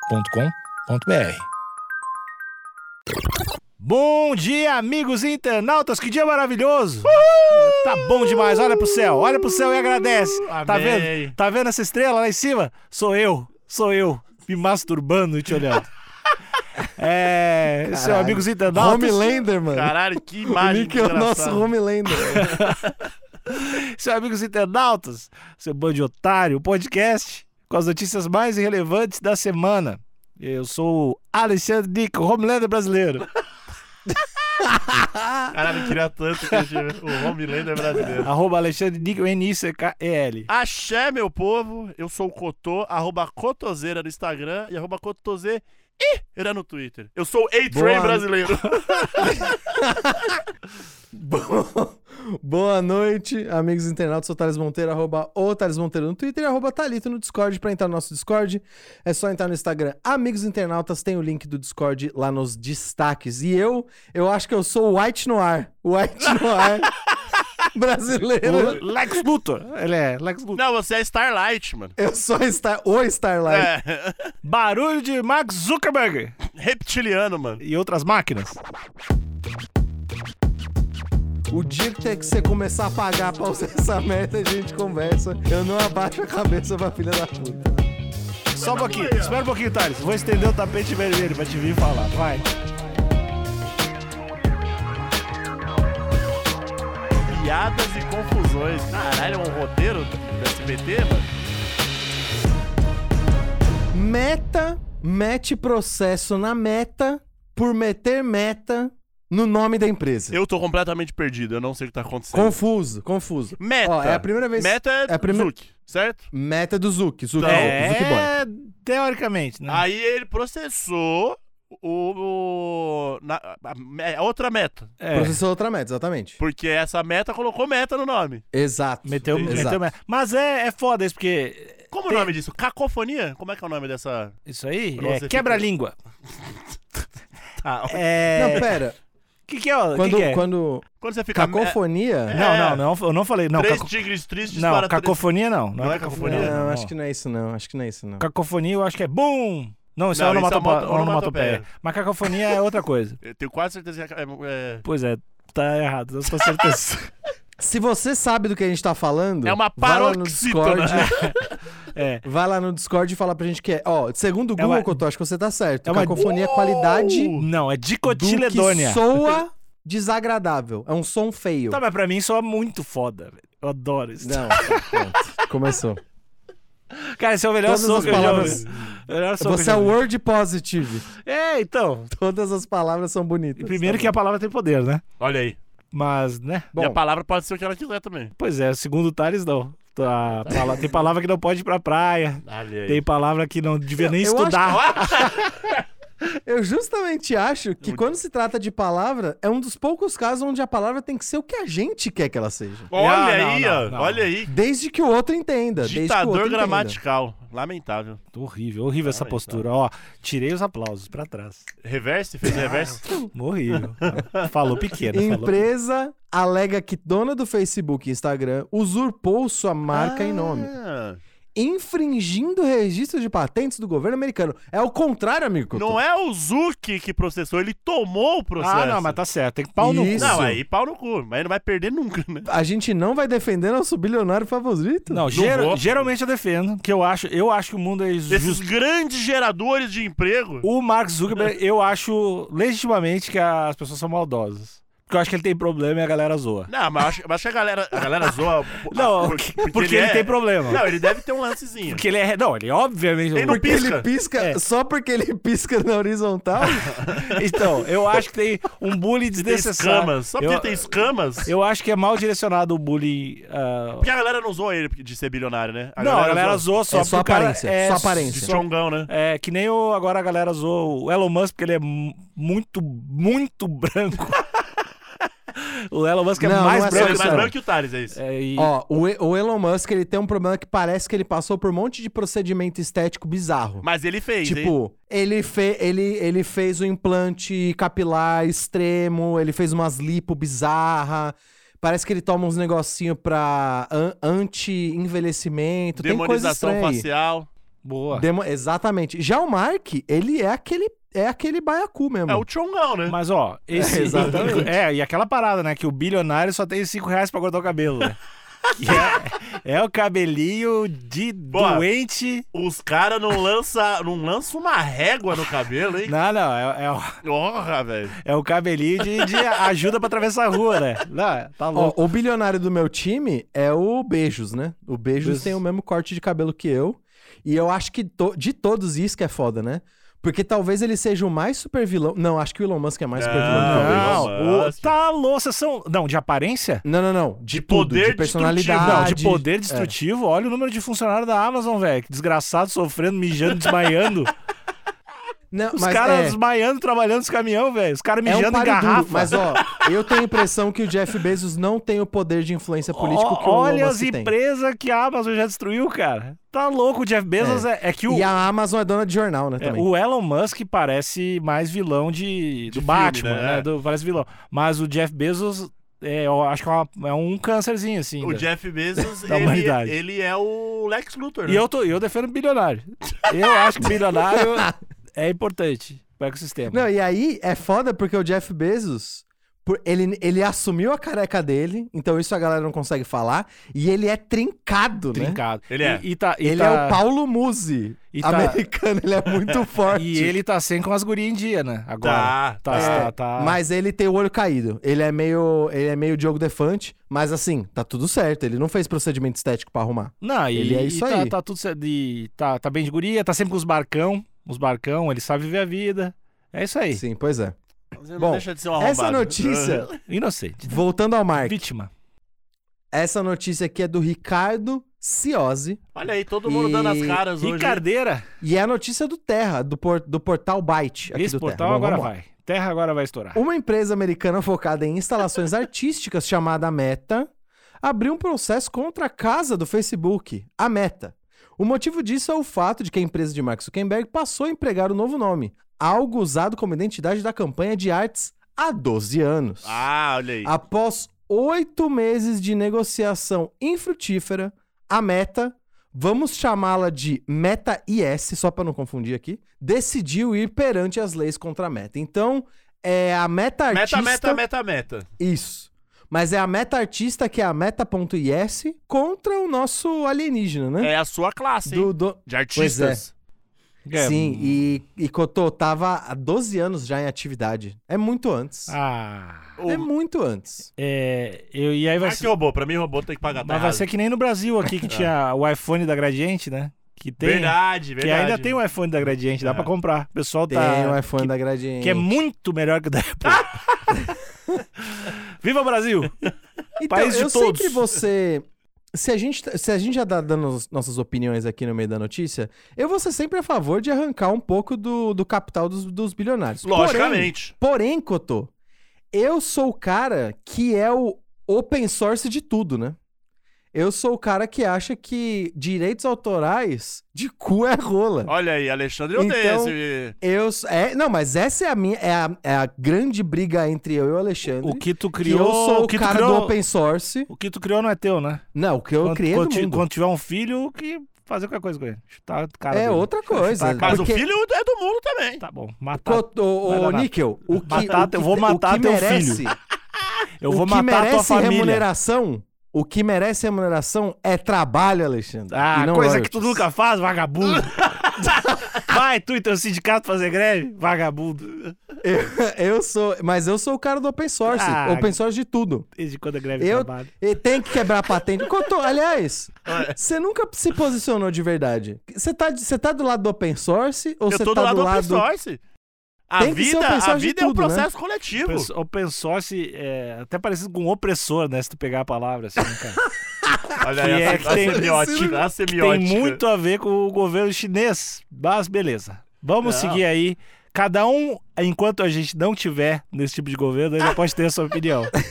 agenciadepodcast.com.br. Bom dia, amigos internautas, que dia maravilhoso! Tá bom demais, olha pro céu, olha pro céu e agradece. Tá Amei. vendo? Tá vendo essa estrela lá em cima? Sou eu, sou eu, me masturbando e te olhando. É, seu amigos internautas. Homelander, mano. Caralho, que o imagem Nick é o nosso engraçada. Homelander. Seus amigos internautas, seu bando de otário, o podcast com as notícias mais irrelevantes da semana. Eu sou o Alexandre Nico, Homelander brasileiro. Caralho, eu queria tanto que esse- o Homelander brasileiro. Arroba Alexandre Nico, N-I-C-K-E-L. Axé, meu povo. Eu sou o Cotô, arroba Cotoseira no Instagram e arroba Cotoseira no Twitter. Eu sou o A-Train Boa. brasileiro. Bo- Boa noite, amigos internautas. Sou o Thales Monteiro, arroba o Thales Monteiro no Twitter e arroba Thalito no Discord. Pra entrar no nosso Discord, é só entrar no Instagram. Amigos internautas, tem o link do Discord lá nos destaques. E eu, eu acho que eu sou o White Noir. O White Noir brasileiro. O Lex Luthor. Ele é Lex Luthor. Não, você é Starlight, mano. Eu sou Star, o Starlight. É. Barulho de Max Zuckerberg Reptiliano, mano. e outras máquinas. O dia que tem que você começar a pagar pra usar essa merda, a gente conversa. Eu não abaixo a cabeça pra filha da puta. Só um pouquinho, espera um pouquinho, Thales. Vou estender o tapete vermelho pra te vir falar. Vai. Piadas e confusões. Caralho, é um roteiro do SBT, mano. Meta mete processo na meta por meter meta no nome da empresa. Eu tô completamente perdido, eu não sei o que tá acontecendo. Confuso, confuso. Meta. Ó, é a primeira vez. Meta é, é a primeira- Zuck, certo? Meta do Zuki, Zuki, Tá. Zuki, Zuki Boy. É, teoricamente, né? Aí ele processou o. o- na- a, a outra meta. É. Processou outra meta, exatamente. Porque essa meta colocou meta no nome. Exato. Meteu, Exato. meteu, mas é, é foda isso, porque Como o nome disso? Cacofonia? Como é que é o nome dessa. isso aí Pra você é quebra-língua. Tá, É... Não, pera. que que é? ó? Que Quando, que é? quando Quando você fica. cacofonia... Não, não, não, eu não falei. Não, É, três caco- tigres tristes não para. cacofonia não. Não, Não é é cacofonia. cacofonia? Não, acho que não é isso não, acho que não é isso não. Cacofonia eu acho que é BUM! Não, isso Não, é isso é onomatopo- moto- onomatopeia. onomatopeia. Mas cacofonia é outra coisa. Eu tenho quase certeza que é. é- Pois é, tá errado, eu sou certeza. Se você sabe do que a gente tá falando... É uma vai lá no paroxítona. Discord. É. Vai lá no Discord e fala pra gente que é. Ó, segundo o É uma- Google, Cotô, acho que você tá certo. É uma- Cacofonia é qualidade do Não, é que dicotiledônia. soa desagradável. É um som feio. Tá, mas pra mim soa muito foda, velho. Eu adoro isso. Não, tá, pronto. começou. Cara, esse é o melhor Todas som as que eu já ouvi. palavras. Melhor som que eu Você já é ouvi. word positive. É, então. Todas as palavras são bonitas. Primeiro tá que a palavra tem poder, né? Olha aí. Mas, né? bom. E a Bom, palavra pode ser o que ela quiser também. Pois é, segundo o Thales, não. A pala- Tem palavra que não pode ir pra praia. Olha aí. Tem palavra que não devia nem Eu acho- estudar. eu justamente acho que quando se trata de palavra, é um dos poucos casos onde a palavra tem que ser o que a gente quer que ela seja. Olha Não, aí, não, ó. não, não. Olha aí. Desde que o outro entenda. desde que o outro Ditador entenda. gramatical. Lamentável. Horrível, horrível essa Não, isso postura. Ó, tirei os aplausos pra trás. Reverse? Fez reverse? Horrível. falou pequeno. falou pequeno. Empresa alega que dona do Facebook e Instagram usurpou sua marca e nome. Ah. infringindo o registro de patentes do governo americano. É o contrário, amigo. Não é o Zuck que processou, ele tomou o processo. Ah, não, mas tá certo. Tem que pau no cu. Isso. Não, aí pau no cu, mas ele não vai perder nunca, né? A gente não vai defender nosso bilionário favorito? Não, gera- vou. geralmente eu defendo, que eu acho, eu acho que o mundo é Esses justo. grandes geradores de emprego. O Mark Zuckerberg, eu acho legitimamente que as pessoas são maldosas. Porque eu acho que ele tem problema e a galera zoa. Não, mas eu acho, eu acho que a galera, a galera zoa. por- ah, Não, por- porque, ele, é- tem problema. Não, ele deve ter um lancezinho. Porque ele é. Não, ele obviamente. Ele não porque pisca. ele pisca É. só porque ele pisca na horizontal? Então, eu acho que tem um bullying Tem desnecessário. escamas. Só porque Eu, tem escamas. eu acho que é mal direcionado o bullying. ah, Porque a galera não zoa ele de ser bilionário, né? não, a galera zoa só É só porque o cara aparência, é só aparência. só- Strongão, né? É, que nem o, agora a galera zoa o Elon Musk, porque ele é mu- muito, muito branco. o Elon Musk é Não, mais não é só Ele branco. é isso, mais não. branco que o Thales, é isso. É, e- Ó, o, E- o Elon Musk, ele tem um problema que parece que ele passou por um monte de procedimento estético bizarro. Mas ele fez, hein? Tipo, ele, fe ele, ele fez o implante capilar extremo, ele fez umas lipo bizarra. Parece que ele toma uns negocinho pra an- anti-envelhecimento. Tem coisa Demonização estranha aí. facial. Boa. Demo- exatamente. Já o Mark, ele é aquele, é aquele baiacu mesmo. É o Chongão, né? Mas, ó, esse. É, exatamente. É, e aquela parada, né? Que o bilionário só tem 5 reais pra cortar o cabelo, né? Que é, é o cabelinho de Boa. doente. Os caras não lançam não lança uma régua no cabelo, hein? Não, não, é, é o, Porra, velho. é o cabelinho de, de ajuda pra atravessar a rua, né? Não, tá louco. Ó, o bilionário do meu time é o Beijos, né? O Beijos, Beijos. tem o mesmo corte de cabelo que eu. E eu acho que to- de todos isso que é foda, né? Porque talvez ele seja o mais super vilão. Não, acho que o Elon Musk é mais super vilão. que o Beijos. Não, Não, o, mas- tá louco, vocês são. Não, de aparência? Não, não, não. De, De tudo, poder de personalidade. Não, de poder É. destrutivo. Olha o número de funcionários da Amazon, velho. Que desgraçado, sofrendo, mijando, desmaiando. Não, Os mas caras é- desmaiando, trabalhando os caminhão, velho. Os caras é um mijando em páreo duro, garrafa. mas ó, eu tenho a impressão que o Jeff Bezos não tem o poder de influência política Ó, que o Elon olha as Musk tem. empresas que a Amazon já destruiu, cara. Tá louco, o Jeff Bezos é, é que o, E a Amazon é dona de jornal, né, é, também. o Elon Musk parece mais vilão de, do filme, Batman, né? né? É. Do- parece vilão. Mas o Jeff Bezos, é, eu acho que é, uma- é um câncerzinho, assim. O né? Jeff Bezos, Da ele, humanidade. ele é o Lex Luthor, né? E eu, tô, eu defendo bilionário. Eu acho que bilionário é importante para o ecossistema. Não, e aí é foda porque o Jeff Bezos, por- ele, ele assumiu a careca dele, então isso a galera não consegue falar, e ele é trincado, né? Trincado. Ele é. E, e tá, e Ele tá- é o Paulo Musi, e tá- americano, ele é muito forte. É. E ele tá sem com as gurias em dia, né? Agora. Tá, Tá, tá. tá, tá. Mas ele tem o olho caído. Ele é meio, ele é meio Diogo Defante, mas assim, tá tudo certo, ele não fez procedimento estético pra arrumar. Não, e, Ele é e isso tá, aí. tá tudo certo. de- Tá, tá bem de guria, tá sempre com os barcão. Os barcão, ele sabe viver a vida. É isso aí. Sim, pois é. Mas ele Bom, não deixa de ser um arrombado. Essa notícia, Inocente. voltando ao Mark, Vítima. essa notícia aqui é do Ricardo Ciosi, Olha aí, todo mundo E- dando as caras hoje. hein? Ricardeira. E é a notícia do Terra, do, por- do portal Byte. Aqui Esse do portal Terra. Bom, agora vamos lá. vai. Terra agora vai estourar. Uma empresa americana focada em instalações artísticas chamada Meta abriu um processo contra a casa do Facebook, a Meta. O motivo disso é o fato de que a empresa de Mark Zuckerberg passou a empregar o novo nome, algo usado como identidade da campanha de artes há 12 anos. Ah, olha aí. Após oito meses de negociação infrutífera, a Meta, vamos chamá-la de Meta IS, só para não confundir aqui, decidiu ir perante as leis contra a Meta. Então, é a Meta Artista... Meta, meta, meta, meta. Isso. Mas é a Meta Artista, que é a Meta.is, contra o nosso alienígena, né? É a sua classe, hein? Do- do- De artistas. É, Sim, e, e Cotô tava há 12 anos já em atividade. É muito antes. Ah. O... É muito antes. É, eu, e aí vai Ah, que ser. robô. Pra mim, robô tem que pagar. tá Mas vai errado. ser que nem no Brasil aqui que tinha o iPhone da Gradiente, né? Que tem. Verdade, Que verdade. ainda tem um o iPhone da Gradiente, dá É. pra comprar. O pessoal Tem tá. o iPhone que, da Gradiente. que é muito melhor que o da Apple. Viva o Brasil! Então, País de eu todos. sempre você. Se a, gente, tá- se a gente já tá dando as nossas opiniões aqui no meio da notícia, eu vou ser sempre a favor de arrancar um pouco do, do capital dos, dos bilionários. Logicamente. Porém, porém, Cotô, eu sou o cara que é o open source de tudo, né? Eu sou o cara que acha que direitos autorais de cu é rola. Olha aí, Alexandre odeia Então- esse... Eu, s- é, não, mas essa é a minha é a, é a grande briga entre eu e o Alexandre. O que tu que criou. eu sou o, que tu cara criou- do open source. O que tu criou não é teu, né? Não, o que eu quando, criei é quando, do ti- mundo. quando tiver um filho, que fazer qualquer coisa com ele. Chutar o cara É dele. outra coisa. Chutar a cara Mas Porque- o filho é do mundo também. Tá bom, matar. Cotô, ô, Vai lá, ô, vai. Níquel, o que, Matar o que, teu- vou o matar que teu merece, filho. Eu vou o que matar a tua merece família. remuneração, o que merece remuneração é trabalho, Alexandre. Ah, e não coisa royalties. que tu nunca faz, vagabundo. Vai, tu e teu sindicato fazer greve, vagabundo. Eu sou, mas eu sou o cara do open source, Ah. open source de tudo. Desde quando a greve Eu- trabalha. E tem que quebrar patente. Cotô, aliás, você nunca se posicionou de verdade. Você tá, de- você tá do lado do open source ou Eu você tô do tá lado do do open lado... source. A Tem que ser vida, open a source de vida é um tudo, né? processo coletivo. Open- Open source é até parecido com opressor, né? Se tu pegar a palavra assim, cara. Olha Que aí, é a, que a tem- semiótica. A Tem semiótica. muito a ver com o governo chinês. Mas beleza. Vamos Não. seguir aí. Cada um, enquanto a gente não tiver nesse tipo de governo, ainda pode ter a sua opinião.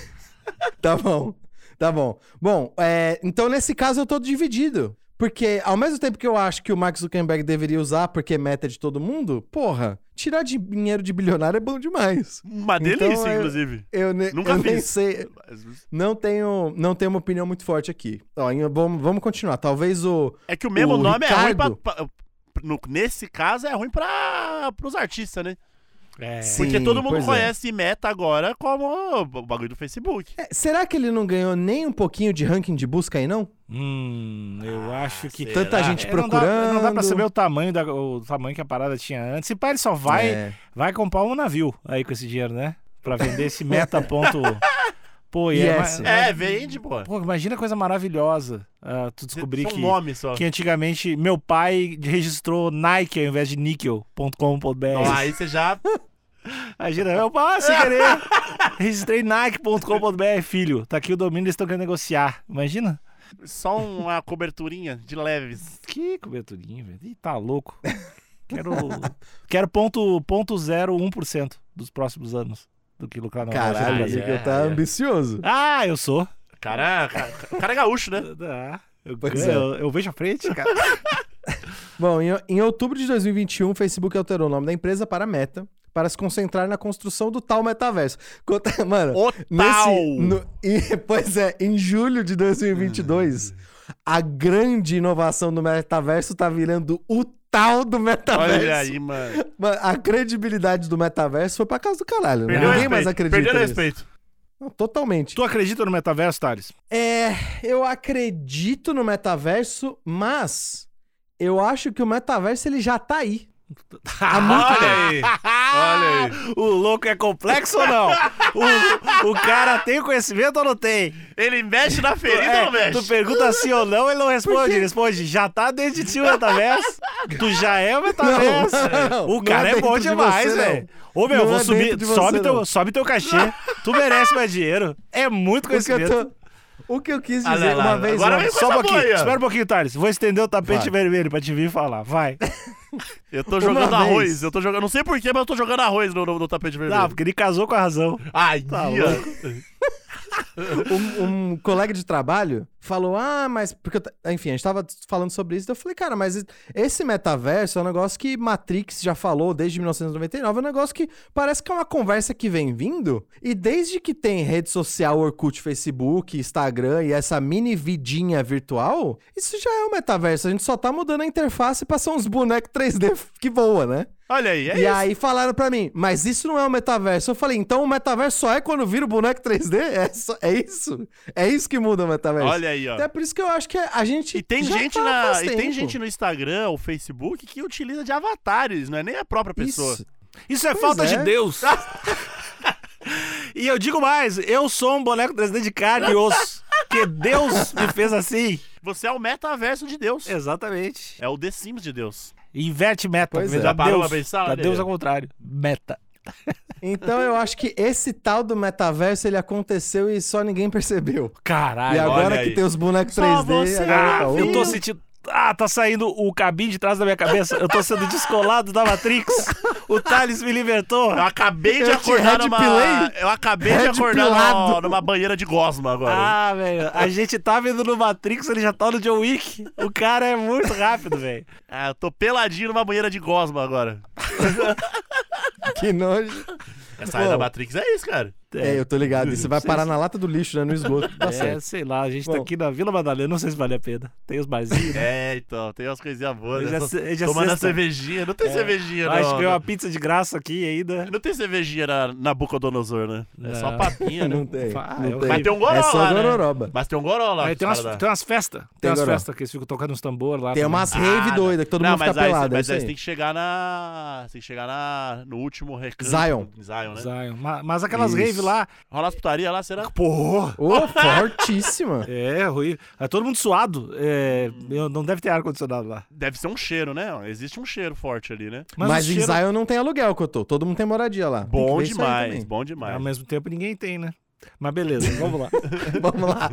Tá bom, tá bom. Bom, é, então nesse caso eu tô dividido. Porque ao mesmo tempo que eu acho que o Mark Zuckerberg deveria usar porque é meta de todo mundo, porra, tirar de- dinheiro de bilionário é bom demais. Uma Então, delícia, é- inclusive. Eu, ne- Nunca eu nem fiz. sei, Mas- não tenho, não tenho uma opinião muito forte aqui. Ó, em- vamos, vamos continuar. Talvez o É que o mesmo O nome é ruim pra, Ricardo- pra- no- nesse caso, é ruim para os artistas, né? É. Sim. Porque todo mundo pois é. conhece Meta agora como o bagulho do Facebook. É, será que ele não ganhou nem um pouquinho de ranking de busca aí, não? Hum, eu acho que. Tanta Ah, gente é, não dá- Não dá, pra procurando. saber o tamanho, da, o tamanho que a parada tinha antes. E pá, ele só vai, É. vai comprar um navio aí com esse dinheiro, né? Pra vender esse meta ponto. Pô, e Yes. mas- É, vende, pô. Pô, imagina coisa maravilhosa. ah, tu descobrir Só que, um nome só. que antigamente meu pai registrou Nike ao invés de níquel.com.br. é. Não, Então, aí você já. Imagina, meu pai, ah, sem querer. Registrei Nike.com.br, filho. Tá aqui o domínio, eles estão querendo negociar. Imagina. Só uma coberturinha de leves. Que coberturinha, velho. Ih, tá louco. Quero, quero ponto, ponto zero um por cento dos próximos anos do que lucrar na Caralho, aí o Brasil. Brasil é, tá aí é. ambicioso. Ah, eu sou. Cara, cara, cara é gaúcho, né? Ah, eu, Pois ganho, eu, eu vejo a frente, cara. Bom, em, em outubro de 2021, o Facebook alterou o nome da empresa para Meta, para se concentrar na construção do tal metaverso. Conta- Mano, O tal. no- e- pois é, em julho de 2022, a grande inovação do metaverso tá virando o tal do metaverso. Olha aí, mano. Mano, a credibilidade do metaverso foi pra casa do caralho. né? Perdeu o Ninguém respeito. mais acredita Perdeu o nisso. respeito. Não, totalmente. tu acredita no metaverso, Thales? É, eu acredito no metaverso, mas eu acho que o metaverso ele já tá aí. Olha aí. Ah! Olha aí. O louco é complexo ou não? O, o cara tem conhecimento ou não tem? Ele mexe na ferida É, ou não mexe? Tu pergunta sim ou não, ele não responde. Ele responde, já tá dentro de ti o metaverso. tu já é o metaverso. Não, não, o não cara é é, bom dentro de demais, você, não. velho. Ô, meu, Não vou é subir. dentro de Sobe você, teu, não. sobe teu cachê. tu merece mais dinheiro. É muito O que eu, conhecimento. tô- o que eu quis Ah, lá, dizer lá, uma lá. vez. Agora uma- vem Só um Coisa pouquinho. boa aí, ó. Espera um pouquinho, Thales. Vou estender o tapete vermelho pra te vir falar. Vai. Eu tô jogando vez. arroz. Eu tô jogando. Não sei porquê, mas eu tô jogando arroz no, no- no tapete vermelho. Ah, Não, porque ele casou com a razão. Ai, Tá ia. um, um colega de trabalho falou: Ah, mas. Porque eu ta- Enfim, a gente tava falando sobre isso. daí Eu falei, cara, mas esse metaverso é um negócio que Matrix já falou desde 1999. É um negócio que parece que é uma conversa que vem vindo. E desde que tem rede social, Orkut, Facebook, Instagram e essa mini vidinha virtual, isso já é um metaverso. A gente só tá mudando a interface pra ser uns bonecos 3D que voa, né? Olha aí, é e isso. aí falaram pra mim, mas isso não é um metaverso. Eu falei, então o metaverso só é quando vira o boneco 3D? É, só- é isso? É isso que muda o metaverso. Olha aí, ó. Até por isso que eu acho que a gente. E tem, já gente tá na- faz e tem tempo. gente no Instagram ou Facebook que utiliza de avatares, não é nem a própria pessoa. Isso. Isso é Pois falta de é. Deus. e eu digo mais, eu sou um boneco 3D de carne e osso. Que Deus me fez assim. Você é o metaverso de Deus. Exatamente. É o The Sims de Deus. Inverte meta. Pois porque é. dá Já parou Deus, pra pensar? Dá Olha Deus aí. ao contrário. Meta. Então eu acho que esse tal do metaverso ele aconteceu e só ninguém percebeu. Caralho. e agora olha que aí. tem os bonecos Só 3D. você agora tá Ah, eu outro. tô sentindo. Ah, tá saindo o cabinho de trás da minha cabeça. Eu tô sendo descolado da Matrix. O Thales me libertou. Eu acabei de Eu te acordar numa. redpilei. Eu acabei de acordar Redpilado. numa, numa banheira de gosma agora. Ah, velho. A gente tava indo no Matrix, ele já tá no John Wick. O cara é muito rápido, velho. Ah, eu tô peladinho numa banheira de gosma agora. Que nojo. Essa saída da Matrix é isso, cara. É, eu tô ligado. Isso vai parar na lata do lixo, né? No esgoto. Tá É, certo. sei lá, a gente tá Bom. aqui na Vila Madalena, não sei se vale a pena. Tem os barzinhos, né? É, então, tem umas coisinhas boas. Hoje é né? Só se- hoje é Tomando a sexta. cervejinha. Não tem É. cervejinha, não. Acho que né? ganhou não. uma pizza de graça aqui ainda. Não tem cervejinha na, na Bucodonosor, né? É só Não. papinha, né? Não tem. Ah, não eu- tem. Mas tem um goró É só lá, né? gororoba. Mas tem um goró lá. Aí que tem, os umas, caras tem umas festas. Tem, Tem umas agora. festas que eles ficam tocando uns tambor lá. Tem também. umas Ah, rave não. doida que todo mundo fica aí, pelado. mas é aí você isso aí. tem que chegar na. Você tem que chegar na, no último recanto. Zion. Zion, né? Zion. Ma- Mas aquelas Isso. rave lá. Rola as putaria lá, será? Porra! Ô, fortíssima. É, ruim. É todo mundo suado. É, Hum. eu- não deve ter ar-condicionado lá. Deve ser um cheiro, né? Existe um cheiro forte ali, né? Mas, o em cheiro- Zion não tem aluguel que eu tô. Todo mundo tem moradia lá. Tem que Bom ver isso aí demais, também. bom demais. é, Ao mesmo tempo, ninguém tem, né? Mas beleza, vamos lá. Vamos lá.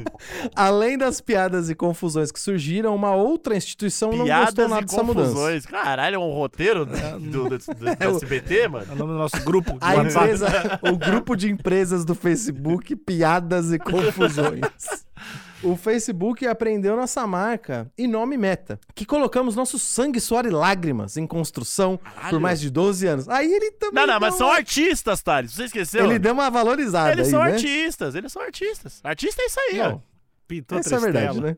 Além das piadas e confusões que surgiram, uma outra instituição não gostou Piadas nada e dessa mudança. confusões. Caralho, é um roteiro do, do, do- do SBT, É mano? o nome do nosso grupo. do A WhatsApp. empresa, o grupo de empresas do Facebook, piadas e confusões. O Facebook aprendeu nossa marca e nome Meta, que colocamos nosso sangue, suor e lágrimas em construção por mais de 12 anos. Aí ele também. Não, não, deu mas são uma- artistas, Thales. Você esqueceu? Ele deu uma valorizada. Eles aí, são né? artistas, eles são artistas. Artista é isso aí, Não, ó. Pintou Essa é a três verdade, telas. né?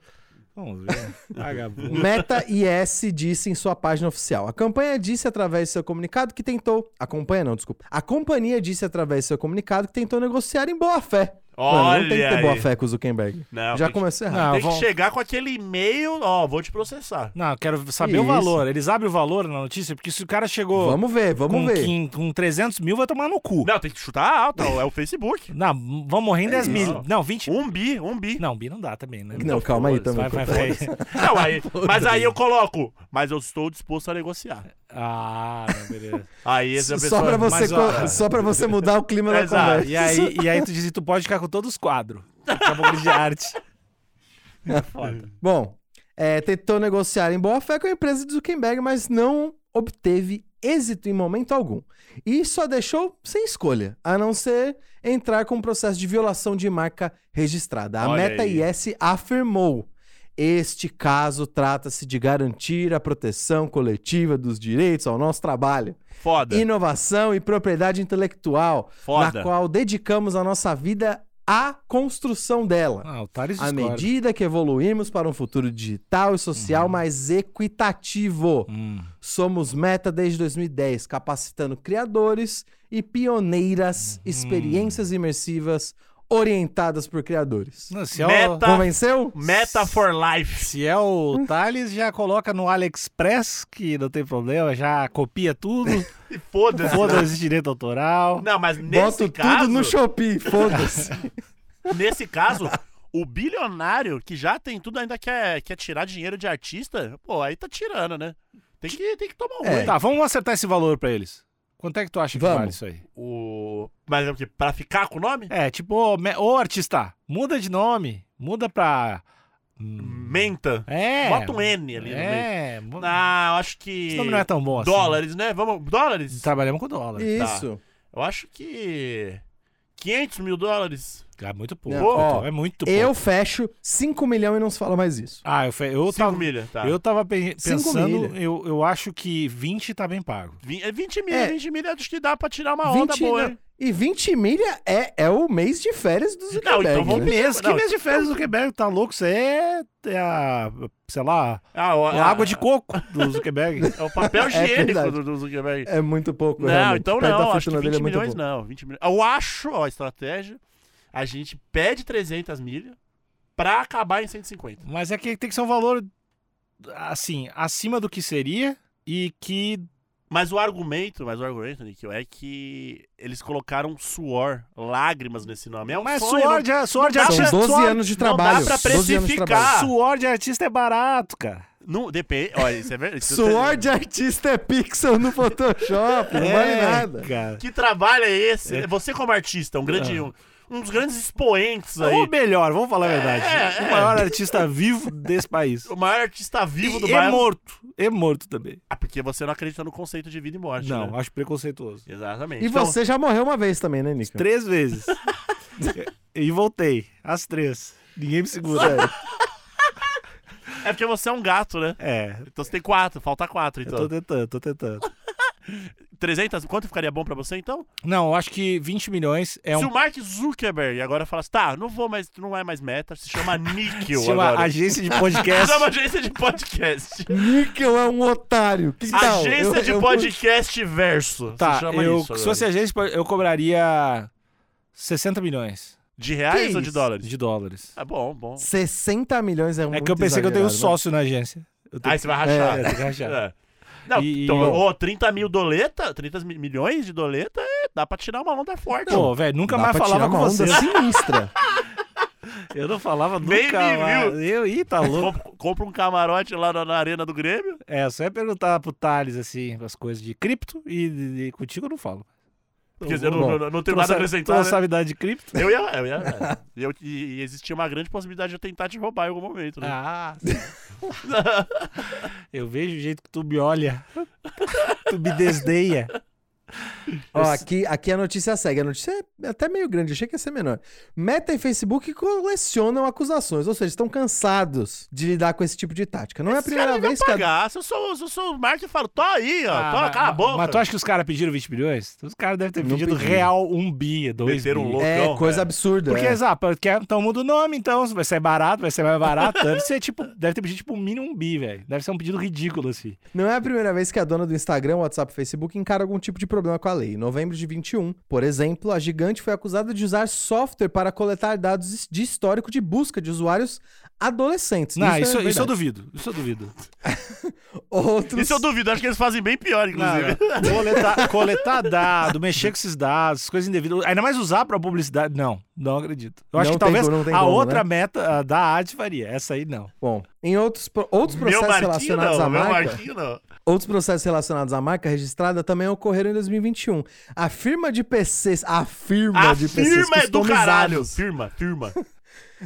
Vamos ver. Vagabundo. Meta IS disse em sua página oficial. A campanha disse através de seu comunicado que tentou. A campanha não, desculpa. A companhia disse através de seu comunicado que tentou negociar em boa fé. Mano, Olha não tem que ter aí. boa fé com o Zuckerberg. Não, tem Já que- começou errado. Não, Tem que vão- chegar com aquele e-mail, ó, vou te processar. Não, eu quero saber o Isso. valor. Eles abrem o valor na notícia, porque se o cara chegou Vamos ver, vamos com, ver. quin- com 300 mil, vai tomar no cu. Não, tem que chutar alto, é o Facebook. Não, vão morrer em 10 isso. mil. Não, 20. Um bi, um bi. Não, bi não dá também, né? Não, calma aí também. Vai, vai, vai. Não, aí, mas aí eu coloco, mas eu estou disposto a negociar. Ah, não, beleza. Aí essa pessoa... Só pra, você, mas, co- ó, só pra você mudar o clima da Exato. conversa. E aí, e aí tu diz, tu pode ficar com todos os quadros. Acabou de arte. Foda. Bom, é, tentou negociar em boa fé com a empresa de Zuckerberg, mas não obteve êxito em momento algum. E só deixou sem escolha, a não ser entrar com um processo de violação de marca registrada. A Olha Meta aí. IS afirmou. Este caso trata-se de garantir a proteção coletiva dos direitos ao nosso trabalho, Foda, inovação e propriedade intelectual, foda. na qual dedicamos a nossa vida à construção dela. Ah, o Thales À discorda. medida que evoluímos para um futuro digital e social Uhum. mais equitativo, Hum. somos meta desde 2010, capacitando criadores e Uhum. pioneiras experiências imersivas orientadas por criadores. Não, se, é o, Meta- Convenceu? Meta for life. se é o Thales, já coloca no AliExpress, que não tem problema, já copia tudo. E foda-se. Foda-se direito autoral. Não, mas nesse caso, Boto Tá. tudo no Shopee, foda-se. nesse caso, o bilionário que já tem tudo ainda quer, quer tirar dinheiro de artista, pô, aí tá tirando, né? Tem que, tem que tomar um É. ruim. Tá, vamos acertar esse valor pra eles. Quanto é que tu acha que Vamos. vale isso aí? O... Mas é o quê? Pra ficar com o nome? É, tipo, ô, me- ô artista, muda de nome, muda pra. hum, Menta. É. Bota um N ali no meio. É, mu- Ah, eu acho que. esse nome não é tão bom assim. Tá. Dólares, né? Vamos. Dólares? Trabalhamos com dólar. Isso. Eu acho que. 500 mil dólares. É muito pouco. Não, ó, é muito pouco. Eu fecho 5 milhões e não se fala mais isso. Ah, eu, fe- eu 5 tava. milha, tá. Eu tava pe- Cinco pensando, milha. eu, eu acho que 20 tá bem pago. Vin- é 20 milha, É. 20 milha, acho que dá pra tirar uma Tá onda boa, não- hein? E 20 milha é, é o mês de férias do Zuckerberg. então vamos né? pedir Mês, é que não, mês de férias do Quebec tá louco? Isso aí é, é a, sei lá, Ah, o- a a- água de coco do Zuckerberg. É o papel higiênico verdade. do, do Zuckerberg. É muito pouco, não, realmente. então Perto da não, acho fortuna que é dele é 20 milhões pouco. não, 20 milhões. Eu acho, ó, a estratégia, a gente pede 300 milha pra acabar em 150. Mas é que tem que ser um valor, assim, acima do que seria e que. Mas o argumento, mas o argumento, Nikhil, é que eles colocaram suor, lágrimas nesse nome. É um Mas sonho, suor de, suor de dá artista. São 12 suor, anos de não dá trabalho. pra 12 anos de precificar. trabalho. suor de artista é barato, cara. não, não depende. Olha, isso é verdade. isso Suor tem- de artista é pixel no Photoshop, não vale É, nada. Cara. Que trabalho é esse? Você como artista, um grande, um, um dos grandes expoentes Ou aí, melhor, vamos falar a verdade. É, O é. maior artista vivo desse país. o maior artista vivo e, do e bairro. morto. E morto também. Ah, porque você não acredita no conceito de vida e morte, Não, né? acho preconceituoso. Exatamente. E Então, você já morreu uma vez também, né, Nico? Três vezes. e, e voltei. As três. Ninguém me segura. É porque você é um gato, né? É. Então você tem quatro, falta quatro, Eu então. tô tentando, tô tentando. 300, quanto ficaria bom pra você, então? Não, eu acho que 20 milhões é Se um. o Mark Zuckerberg agora falasse, tá, não vou mais, não é mais meta, se chama Níquel Se chama agora. né? agência de podcast. Chama é agência de podcast. Níquel é um otário. Que Então, tal? agência Eu- de eu- podcast verso. Tá, se chama eu, isso se agora. fosse agência, eu cobraria 60 milhões De Que reais ou de isso? dólares? de dólares. Ah, bom, bom. 60 milhões é um é que eu pensei que eu tenho um né? só. sócio na agência. Eu tenho Ah, Aí você vai que- rachar. É, tem que rachar. É. Não, E- então, e- ô, 30 mil doleta, 30 mi- milhões de doleta, é, dá pra tirar uma onda forte. Pô, velho, nunca Dá mais pra tirar falava com uma você. onda sinistra. Eu não falava nunca Nem me mais. Eu, ih, tá louco. Compra, compra um camarote lá na, na arena do Grêmio. É, só ia perguntar pro Thales, assim, as coisas de cripto e, de- de- contigo eu não falo. Porque eu não, Bom, não- não Tu tenho não nada a sabe- acrescentar. Tu né? não sabe idade de cripto? Eu ia. Eu ia é. e, eu- e- e existia uma grande possibilidade de eu tentar te roubar em algum momento, né? Ah, eu vejo o jeito que tu me olha. Tu me desdenha. Ó, aqui, aqui a notícia segue. A notícia é até meio grande, achei que ia ser menor. Meta e Facebook colecionam acusações, ou seja, estão cansados de lidar com esse tipo de tática. Não é a primeira vez que a pagar. Se eu sou, se eu sou o Mark, eu falo, tô aí, ó. Ah, tô, mas- cala a boca. Mas tu acha que os caras pediram 20 milhões? Então, Os caras devem ter Não pedido pediram. real 1 bi, 2 bi. Meteram um louco. É, Loucão, coisa é. absurda. Porque, é. exato, quer, então muda o nome, então. Vai ser barato, vai ser mais barato. Deve ser, tipo, deve ter pedido, tipo, um mínimo um bi, velho. Deve ser um pedido ridículo, assim. Não é a primeira vez que a dona do Instagram, WhatsApp e Facebook encara algum tipo de problema com a lei. Em novembro de 21, por exemplo, a gigante foi acusada de usar software para coletar dados de histórico de busca de usuários adolescentes. Não, isso, é isso eu verdade. duvido. Isso eu duvido. Outros... Isso é eu duvido, acho que eles fazem bem pior, inclusive. coletar, coletar dado, mexer com esses dados, essas coisas indevidas. Ainda mais usar pra publicidade. Não, não acredito. Eu acho Não que tem talvez como, não tem a como, outra né? meta ah, da arte faria. Essa aí, não. Bom, em outros, pro- outros Meu processos Marquinho relacionados à não, meu marca... Marquinho não. Outros processos relacionados à marca registrada também ocorreram em 2021. A firma de PCs... A firma A de PCs firma é do caralho. customizados... Firma, firma.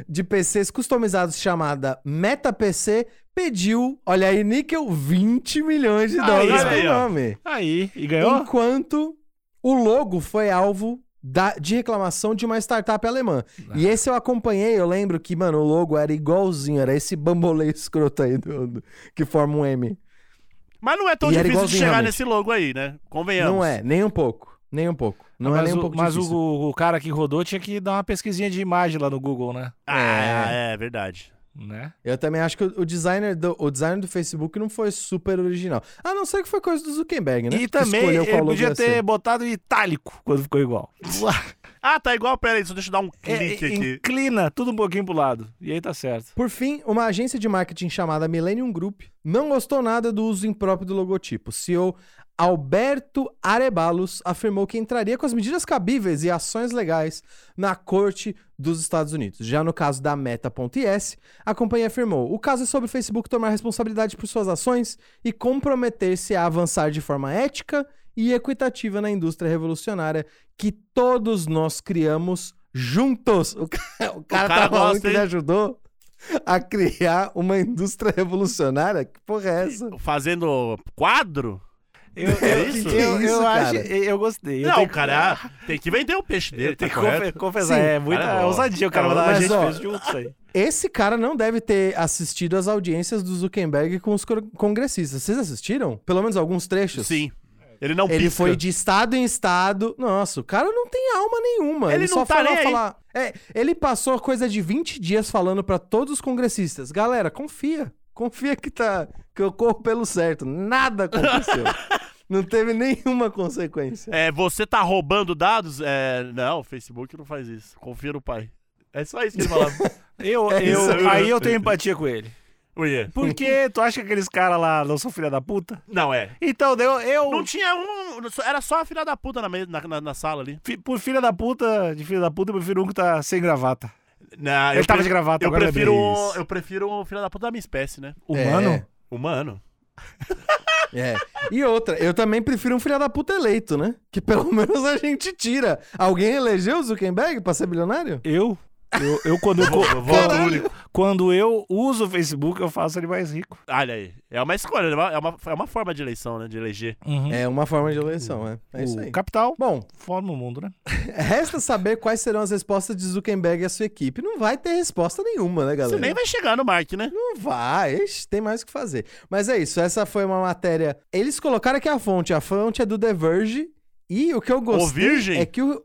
de PCs customizados chamada MetaPC pediu, olha aí, níquel, 20 milhões de Aí, dólares olha pelo aí, ó. nome. Aí, e ganhou? Enquanto o logo foi alvo da- de reclamação de uma startup alemã. E Ah. esse eu acompanhei, eu lembro que, mano, o logo era igualzinho, era esse bamboleio escroto aí do, do- que forma um M. Mas não é tão E era difícil de igualzinho, chegar realmente. nesse logo aí, né? Convenhamos. Não é, nem um pouco. Nem um pouco. Não é mas nem um o, pouco mas difícil. o, o cara que rodou tinha que dar uma pesquisinha de imagem lá no Google, né? Ah, é, verdade. Né? Eu também acho que o, o designer do, o designer do Facebook não foi super original. A não ser que foi coisa do Zuckerberg, né? E Que também escolheu qual ele logo podia ia ter ser. botado itálico quando ficou igual. Ah, tá igual, pera aí, só deixa eu dar um É, clique aqui. inclina tudo um pouquinho pro lado. E aí tá certo. Por fim, uma agência de marketing chamada Millennium Group não gostou nada do uso impróprio do logotipo. O CEO Alberto Arebalos afirmou que entraria com as medidas cabíveis e ações legais na corte dos Estados Unidos. Já no caso da Meta.is, a companhia afirmou: o caso é sobre o Facebook tomar responsabilidade por suas ações e comprometer-se a avançar de forma ética e equitativa na indústria revolucionária que todos nós criamos juntos. O cara, o cara cara tá falando gosta, que hein? ele ajudou a criar uma indústria revolucionária? Que porra é essa? Fazendo quadro? Eu, É isso? eu, Que isso, eu acho, cara? eu gostei. Eu não, tenho é, o cara tem que vender o peixe dele, Eu tá tenho que correto? confe- confessar, Sim. é muita Cara, ó. ousadia o cara Não, mandar a mas, gente ó, fez junto isso aí. Esse cara não deve ter assistido às audiências do Zuckerberg com os cor- congressistas. Vocês assistiram? Pelo menos alguns trechos? Sim. Ele não Ele pisca. foi de estado em estado. Nossa, o cara não tem alma nenhuma. Ele Ele, não só tá falou nem aí. falar. É, ele passou coisa de 20 dias falando pra todos os congressistas. Galera, confia. Confia que tá que eu corro pelo certo. Nada aconteceu. não teve nenhuma consequência. É, você tá roubando dados? É, não, o Facebook não faz isso. Confia no pai. É só isso que ele falava. Eu, É eu- isso aí, aí eu né? tenho empatia com ele. Ué. Porque tu acha que aqueles caras lá não são filha da puta? Não, é. Então, eu, eu Não tinha um. Era só a filha da puta na, me- na, na- na sala ali. fi- por filha da puta, de filha da puta, eu prefiro um que tá sem gravata. Não, Ele tava de gravata, eu agora é prefiro, lembrei. um- eu prefiro o filho da puta da minha espécie, né? Humano? Humano. É. E outra, eu também prefiro um filho da puta eleito, né? Que pelo menos a gente tira. Alguém elegeu o Zuckerberg pra ser bilionário? Eu? Eu, eu quando, eu, co- Voto quando, único. quando eu uso o Facebook, eu faço ele mais rico. Olha aí. É uma escolha, né? é uma, é uma forma de eleição, né? De eleger. É uma forma de eleição, é. É isso o aí. capital Bom, forma o mundo, né? resta saber quais serão as respostas de Zuckerberg e a sua equipe. Não vai ter resposta nenhuma, né, Você galera? nem vai chegar no Mark, né? Não vai, ixi, tem mais o que fazer. Mas é isso, essa foi uma matéria. Eles colocaram aqui a fonte, a fonte é do The Verge. E o que eu gostei Virgem? é que o,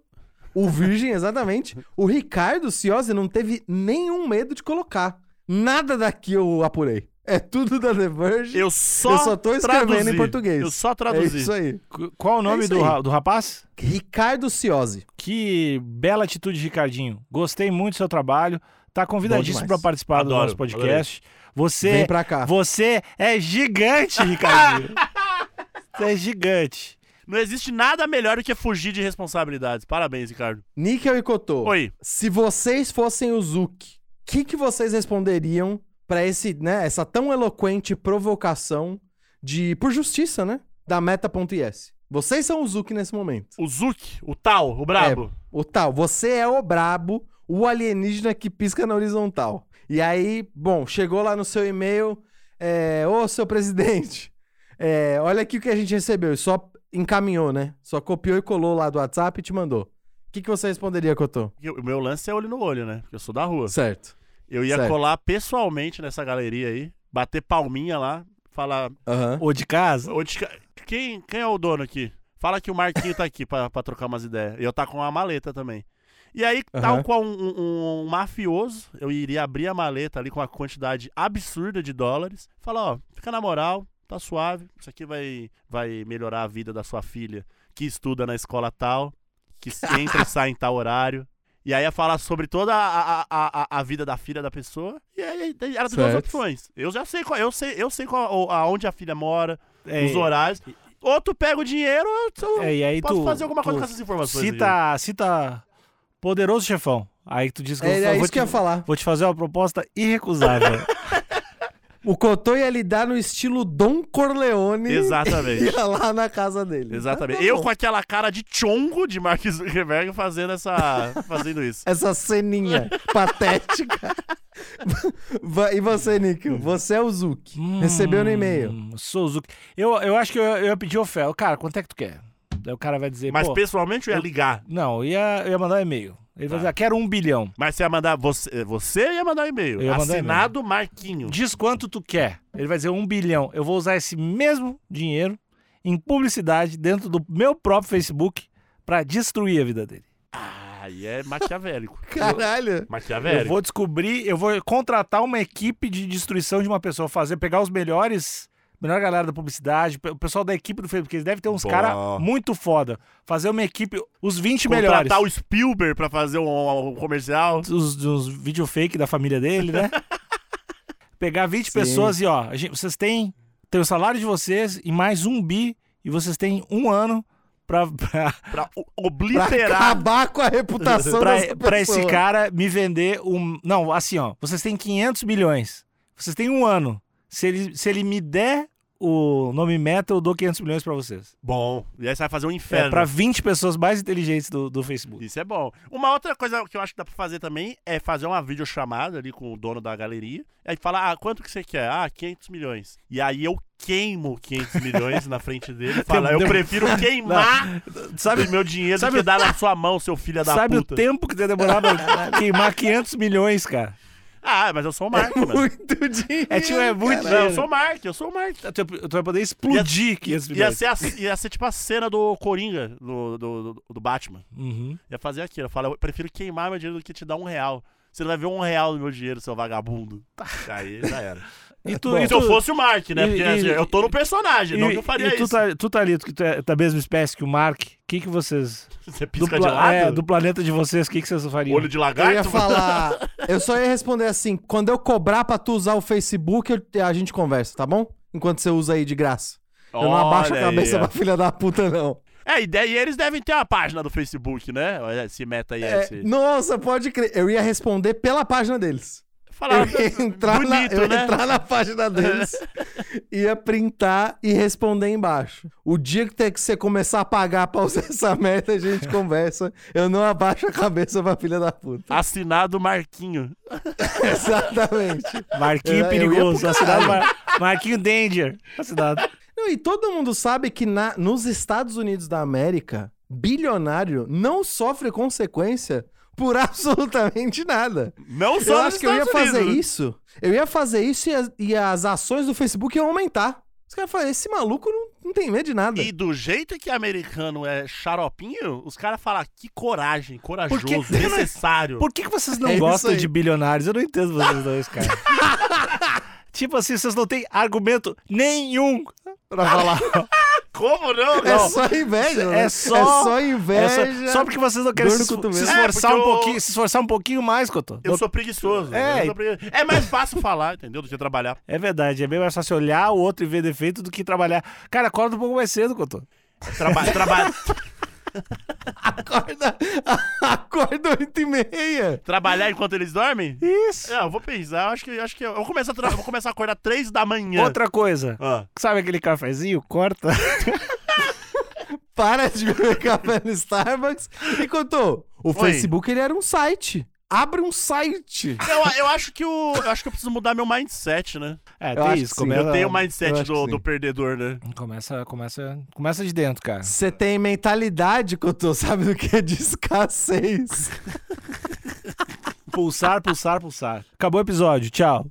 o Virgem, exatamente, o Ricardo Ciosi não teve nenhum medo de colocar. Nada daqui eu apurei. É tudo da The Verge. Eu só, Eu só tô escrevendo traduzi. em português. Eu só é traduzi. isso aí. Qu- Qual é o nome isso do, aí. ra- do rapaz? Ricardo Ciosi. Que bela atitude, Ricardinho. Gostei muito do seu trabalho. Tá convidadíssimo Bom para demais. participar do Adoro, nosso podcast. Você, Vem pra cá. você é gigante, Ricardinho. você é gigante. Não existe nada melhor do que fugir de responsabilidades. Parabéns, Ricardo. Níquel e Cotô. Oi. Se vocês fossem o Zuki, o que, que vocês responderiam pra esse, né, essa tão eloquente provocação de por justiça, né, da meta.is? Vocês são o Zuki nesse momento. O Zuki, o tal, o brabo. O tal, você é o brabo, o alienígena que pisca na horizontal. E aí, bom, chegou lá no seu e-mail, é, ô seu presidente, É, olha aqui o que a gente recebeu. Só encaminhou, né? Só copiou e colou lá do WhatsApp e te mandou. O que, que você responderia, Cotô? E O meu lance é olho no olho, né? Porque eu sou da rua. Certo. Eu ia Certo. colar pessoalmente nessa galeria aí, bater palminha lá, falar. Aham. Ou de casa? "Ô, Tica, Quem, quem é o dono aqui? Fala que o Marquinho tá aqui pra, pra trocar umas ideias. E Eu tá com uma maleta também. E aí, Aham. tal qual um, um- um mafioso, eu iria abrir a maleta ali com uma quantidade absurda de dólares. Falar, ó, fica na moral, tá suave. Isso aqui vai, vai melhorar a vida da sua filha, que estuda na escola tal, que se entra e sai em tal horário. E aí ia falar sobre toda a, a, a, a- a vida da filha da pessoa. E aí aí ela tem duas Certo. opções. Eu já sei qual, eu sei, eu sei qual, aonde a filha mora É, os horários. Ou tu pega o dinheiro, ou tu é, e aí posso tu- fazer alguma coisa tu com essas informações. aí. Cita, cita poderoso chefão. Aí tu diz que É, eu, é vou, isso te, que eu ia falar. vou te fazer uma proposta irrecusável. O Cotô ia lidar no estilo Dom Corleone. Exatamente. Ia lá na casa dele. Exatamente. Tá bom. Eu com aquela cara de chongo de Mark Zuckerberg fazendo essa. fazendo isso. Essa ceninha patética. Va- e você, Nico? Você é o Zuki. Recebeu no e-mail. Hum, Sou o Zuc- Eu, eu acho que eu, eu ia pedir oferta. Cara, quanto é que tu quer? Daí o cara vai dizer, Mas pô, pessoalmente eu ia ligar. não, eu ia, eu ia mandar um e-mail. Ele vai Tá. dizer, ah, quero um bilhão. Mas você ia mandar. Você, você ia mandar um e-mail. Eu ia mandar Assinado Marquinho. Diz quanto tu quer. Ele vai dizer um bilhão. Eu vou usar esse mesmo dinheiro em publicidade dentro do meu próprio Facebook pra destruir a vida dele. Ah, e é maquiavélico. Caralho. Eu Maquiavélico. vou descobrir, eu vou contratar uma equipe de destruição de uma pessoa, fazer, pegar os melhores, melhor galera da publicidade, pe- o pessoal da equipe do Facebook, porque eles devem ter uns Boa. caras muito foda. Fazer uma equipe, os 20 melhores. Contratar o Spielberg pra fazer um, um comercial. Os, os vídeo fake da família dele, né? pegar 20 Sim. pessoas e, ó, a gente- vocês têm, tem o salário de vocês e mais um bi, e vocês têm um ano pra, pra, Pra o- Pra obliterar. acabar com a reputação pra, dessa pra pessoa. esse cara me vender um. Não, assim, ó. Vocês têm 500 milhões. Vocês têm um ano. Se ele, se ele me der o nome meta, eu dou 500 milhões pra vocês. Bom. E aí você vai fazer um inferno. É, pra 20 pessoas mais inteligentes do, do Facebook. Isso é bom. Uma outra coisa que eu acho que dá pra fazer também é fazer uma videochamada ali com o dono da galeria. Aí fala, ah, quanto que você quer? Ah, 500 milhões. E aí eu queimo 500 milhões na frente dele. Fala, eu Deu- prefiro queimar um Sabe, meu dinheiro Sabe do o- que dar na sua mão, seu filho da sabe o puta. tempo que ia demorar pra queimar 500 milhões, cara? Ah, mas eu sou o Mark, mano. É Muito dinheiro. É tipo, é muito. Não, eu sou o Mark, eu sou o Mark. Tu, tu vai poder explodir 500 Ia milhões. ser, a, ia ser tipo a cena do Coringa, do, do, do- do Batman. Uhum. Ia fazer aquilo. Eu falo, eu prefiro queimar meu dinheiro do que te dar um real. Você não vai ver um real no meu dinheiro, seu vagabundo. Aí já era. E tu, Bom, e Se eu tu- fosse o Mark, né? e- Porque e- assim, eu tô no personagem, não que eu faria e tu, isso. tá, tu tá ali, tu que tu é da mesma espécie que o Mark, o que, que vocês Você do, pisca de pla- lado, é, do planeta de vocês, o que, que vocês fariam? olho de lagarto. Eu ia falar. Eu só ia responder assim: quando eu cobrar pra tu usar o Facebook, eu- a gente conversa, tá bom? Enquanto você usa aí de graça. Eu não abaixo a Olha aí, cabeça ó. pra filha da puta, não. É, e, de- e eles devem ter uma página do Facebook, né? Olha Esse meta aí, É, esse. nossa, pode crer. Eu ia responder pela página deles. Falar, Eu ia entrar, na, bonito, eu ia né? entrar na página deles, ia printar e responder embaixo. O dia que tem que você começar a pagar pra usar essa meta, a gente conversa. Eu não abaixo a cabeça pra filha da puta. Assinado Marquinho. Exatamente. Marquinho É, Eu- eu ia Perigoso, pro assinado Mar- Marquinho Danger. Assinado. Não, e todo mundo sabe que na- nos Estados Unidos da América, bilionário não sofre consequência por absolutamente nada. Não só Eu nos acho que eu ia Estados fazer Unidos, né? isso. Eu ia fazer isso e as, e as ações do Facebook iam aumentar. Os caras falam, esse maluco não, não tem medo de nada. E do jeito que americano é xaropinho, os caras falam que coragem, corajoso, Porque- necessário. Por que, que vocês não É isso gostam aí. de bilionários? Eu não entendo vocês dois, cara. tipo assim, vocês não têm argumento nenhum pra falar. Como não? É não. só inveja. né? É só- é só É inveja. só, só porque vocês não querem se, Dor no es- cotovelo. se É, esforçar porque um eu- pouquinho, se esforçar um pouquinho mais, Cotô. Eu sou preguiçoso. É. eu sou pregui- é mais fácil falar, entendeu? Do que trabalhar. É verdade, é bem mais fácil olhar o outro e ver defeito do que trabalhar. Cara, acorda um pouco mais cedo, Cotô. Traba traba Acorda, acorda oito e meia. trabalhar enquanto eles dormem? Isso. É, eu vou pensar, eu acho que, eu acho que eu, eu vou começar a tra- eu vou começar a acordar três da manhã. Outra coisa, Ah. sabe aquele cafezinho? Corta. Para de beber café no Starbucks. E contou, o Oi. Facebook ele era um site. Abre um site. Eu, eu acho que o, eu acho que eu preciso mudar meu mindset, né? É, acho tem que isso. sim. Começa, Eu tenho o eu mindset acho que do, sim. do perdedor, né? começa, começa, começa de dentro, cara. Você tem mentalidade, Cotô, sabe do que é de escassez. Pulsar, pulsar, pulsar. Acabou o episódio. Tchau.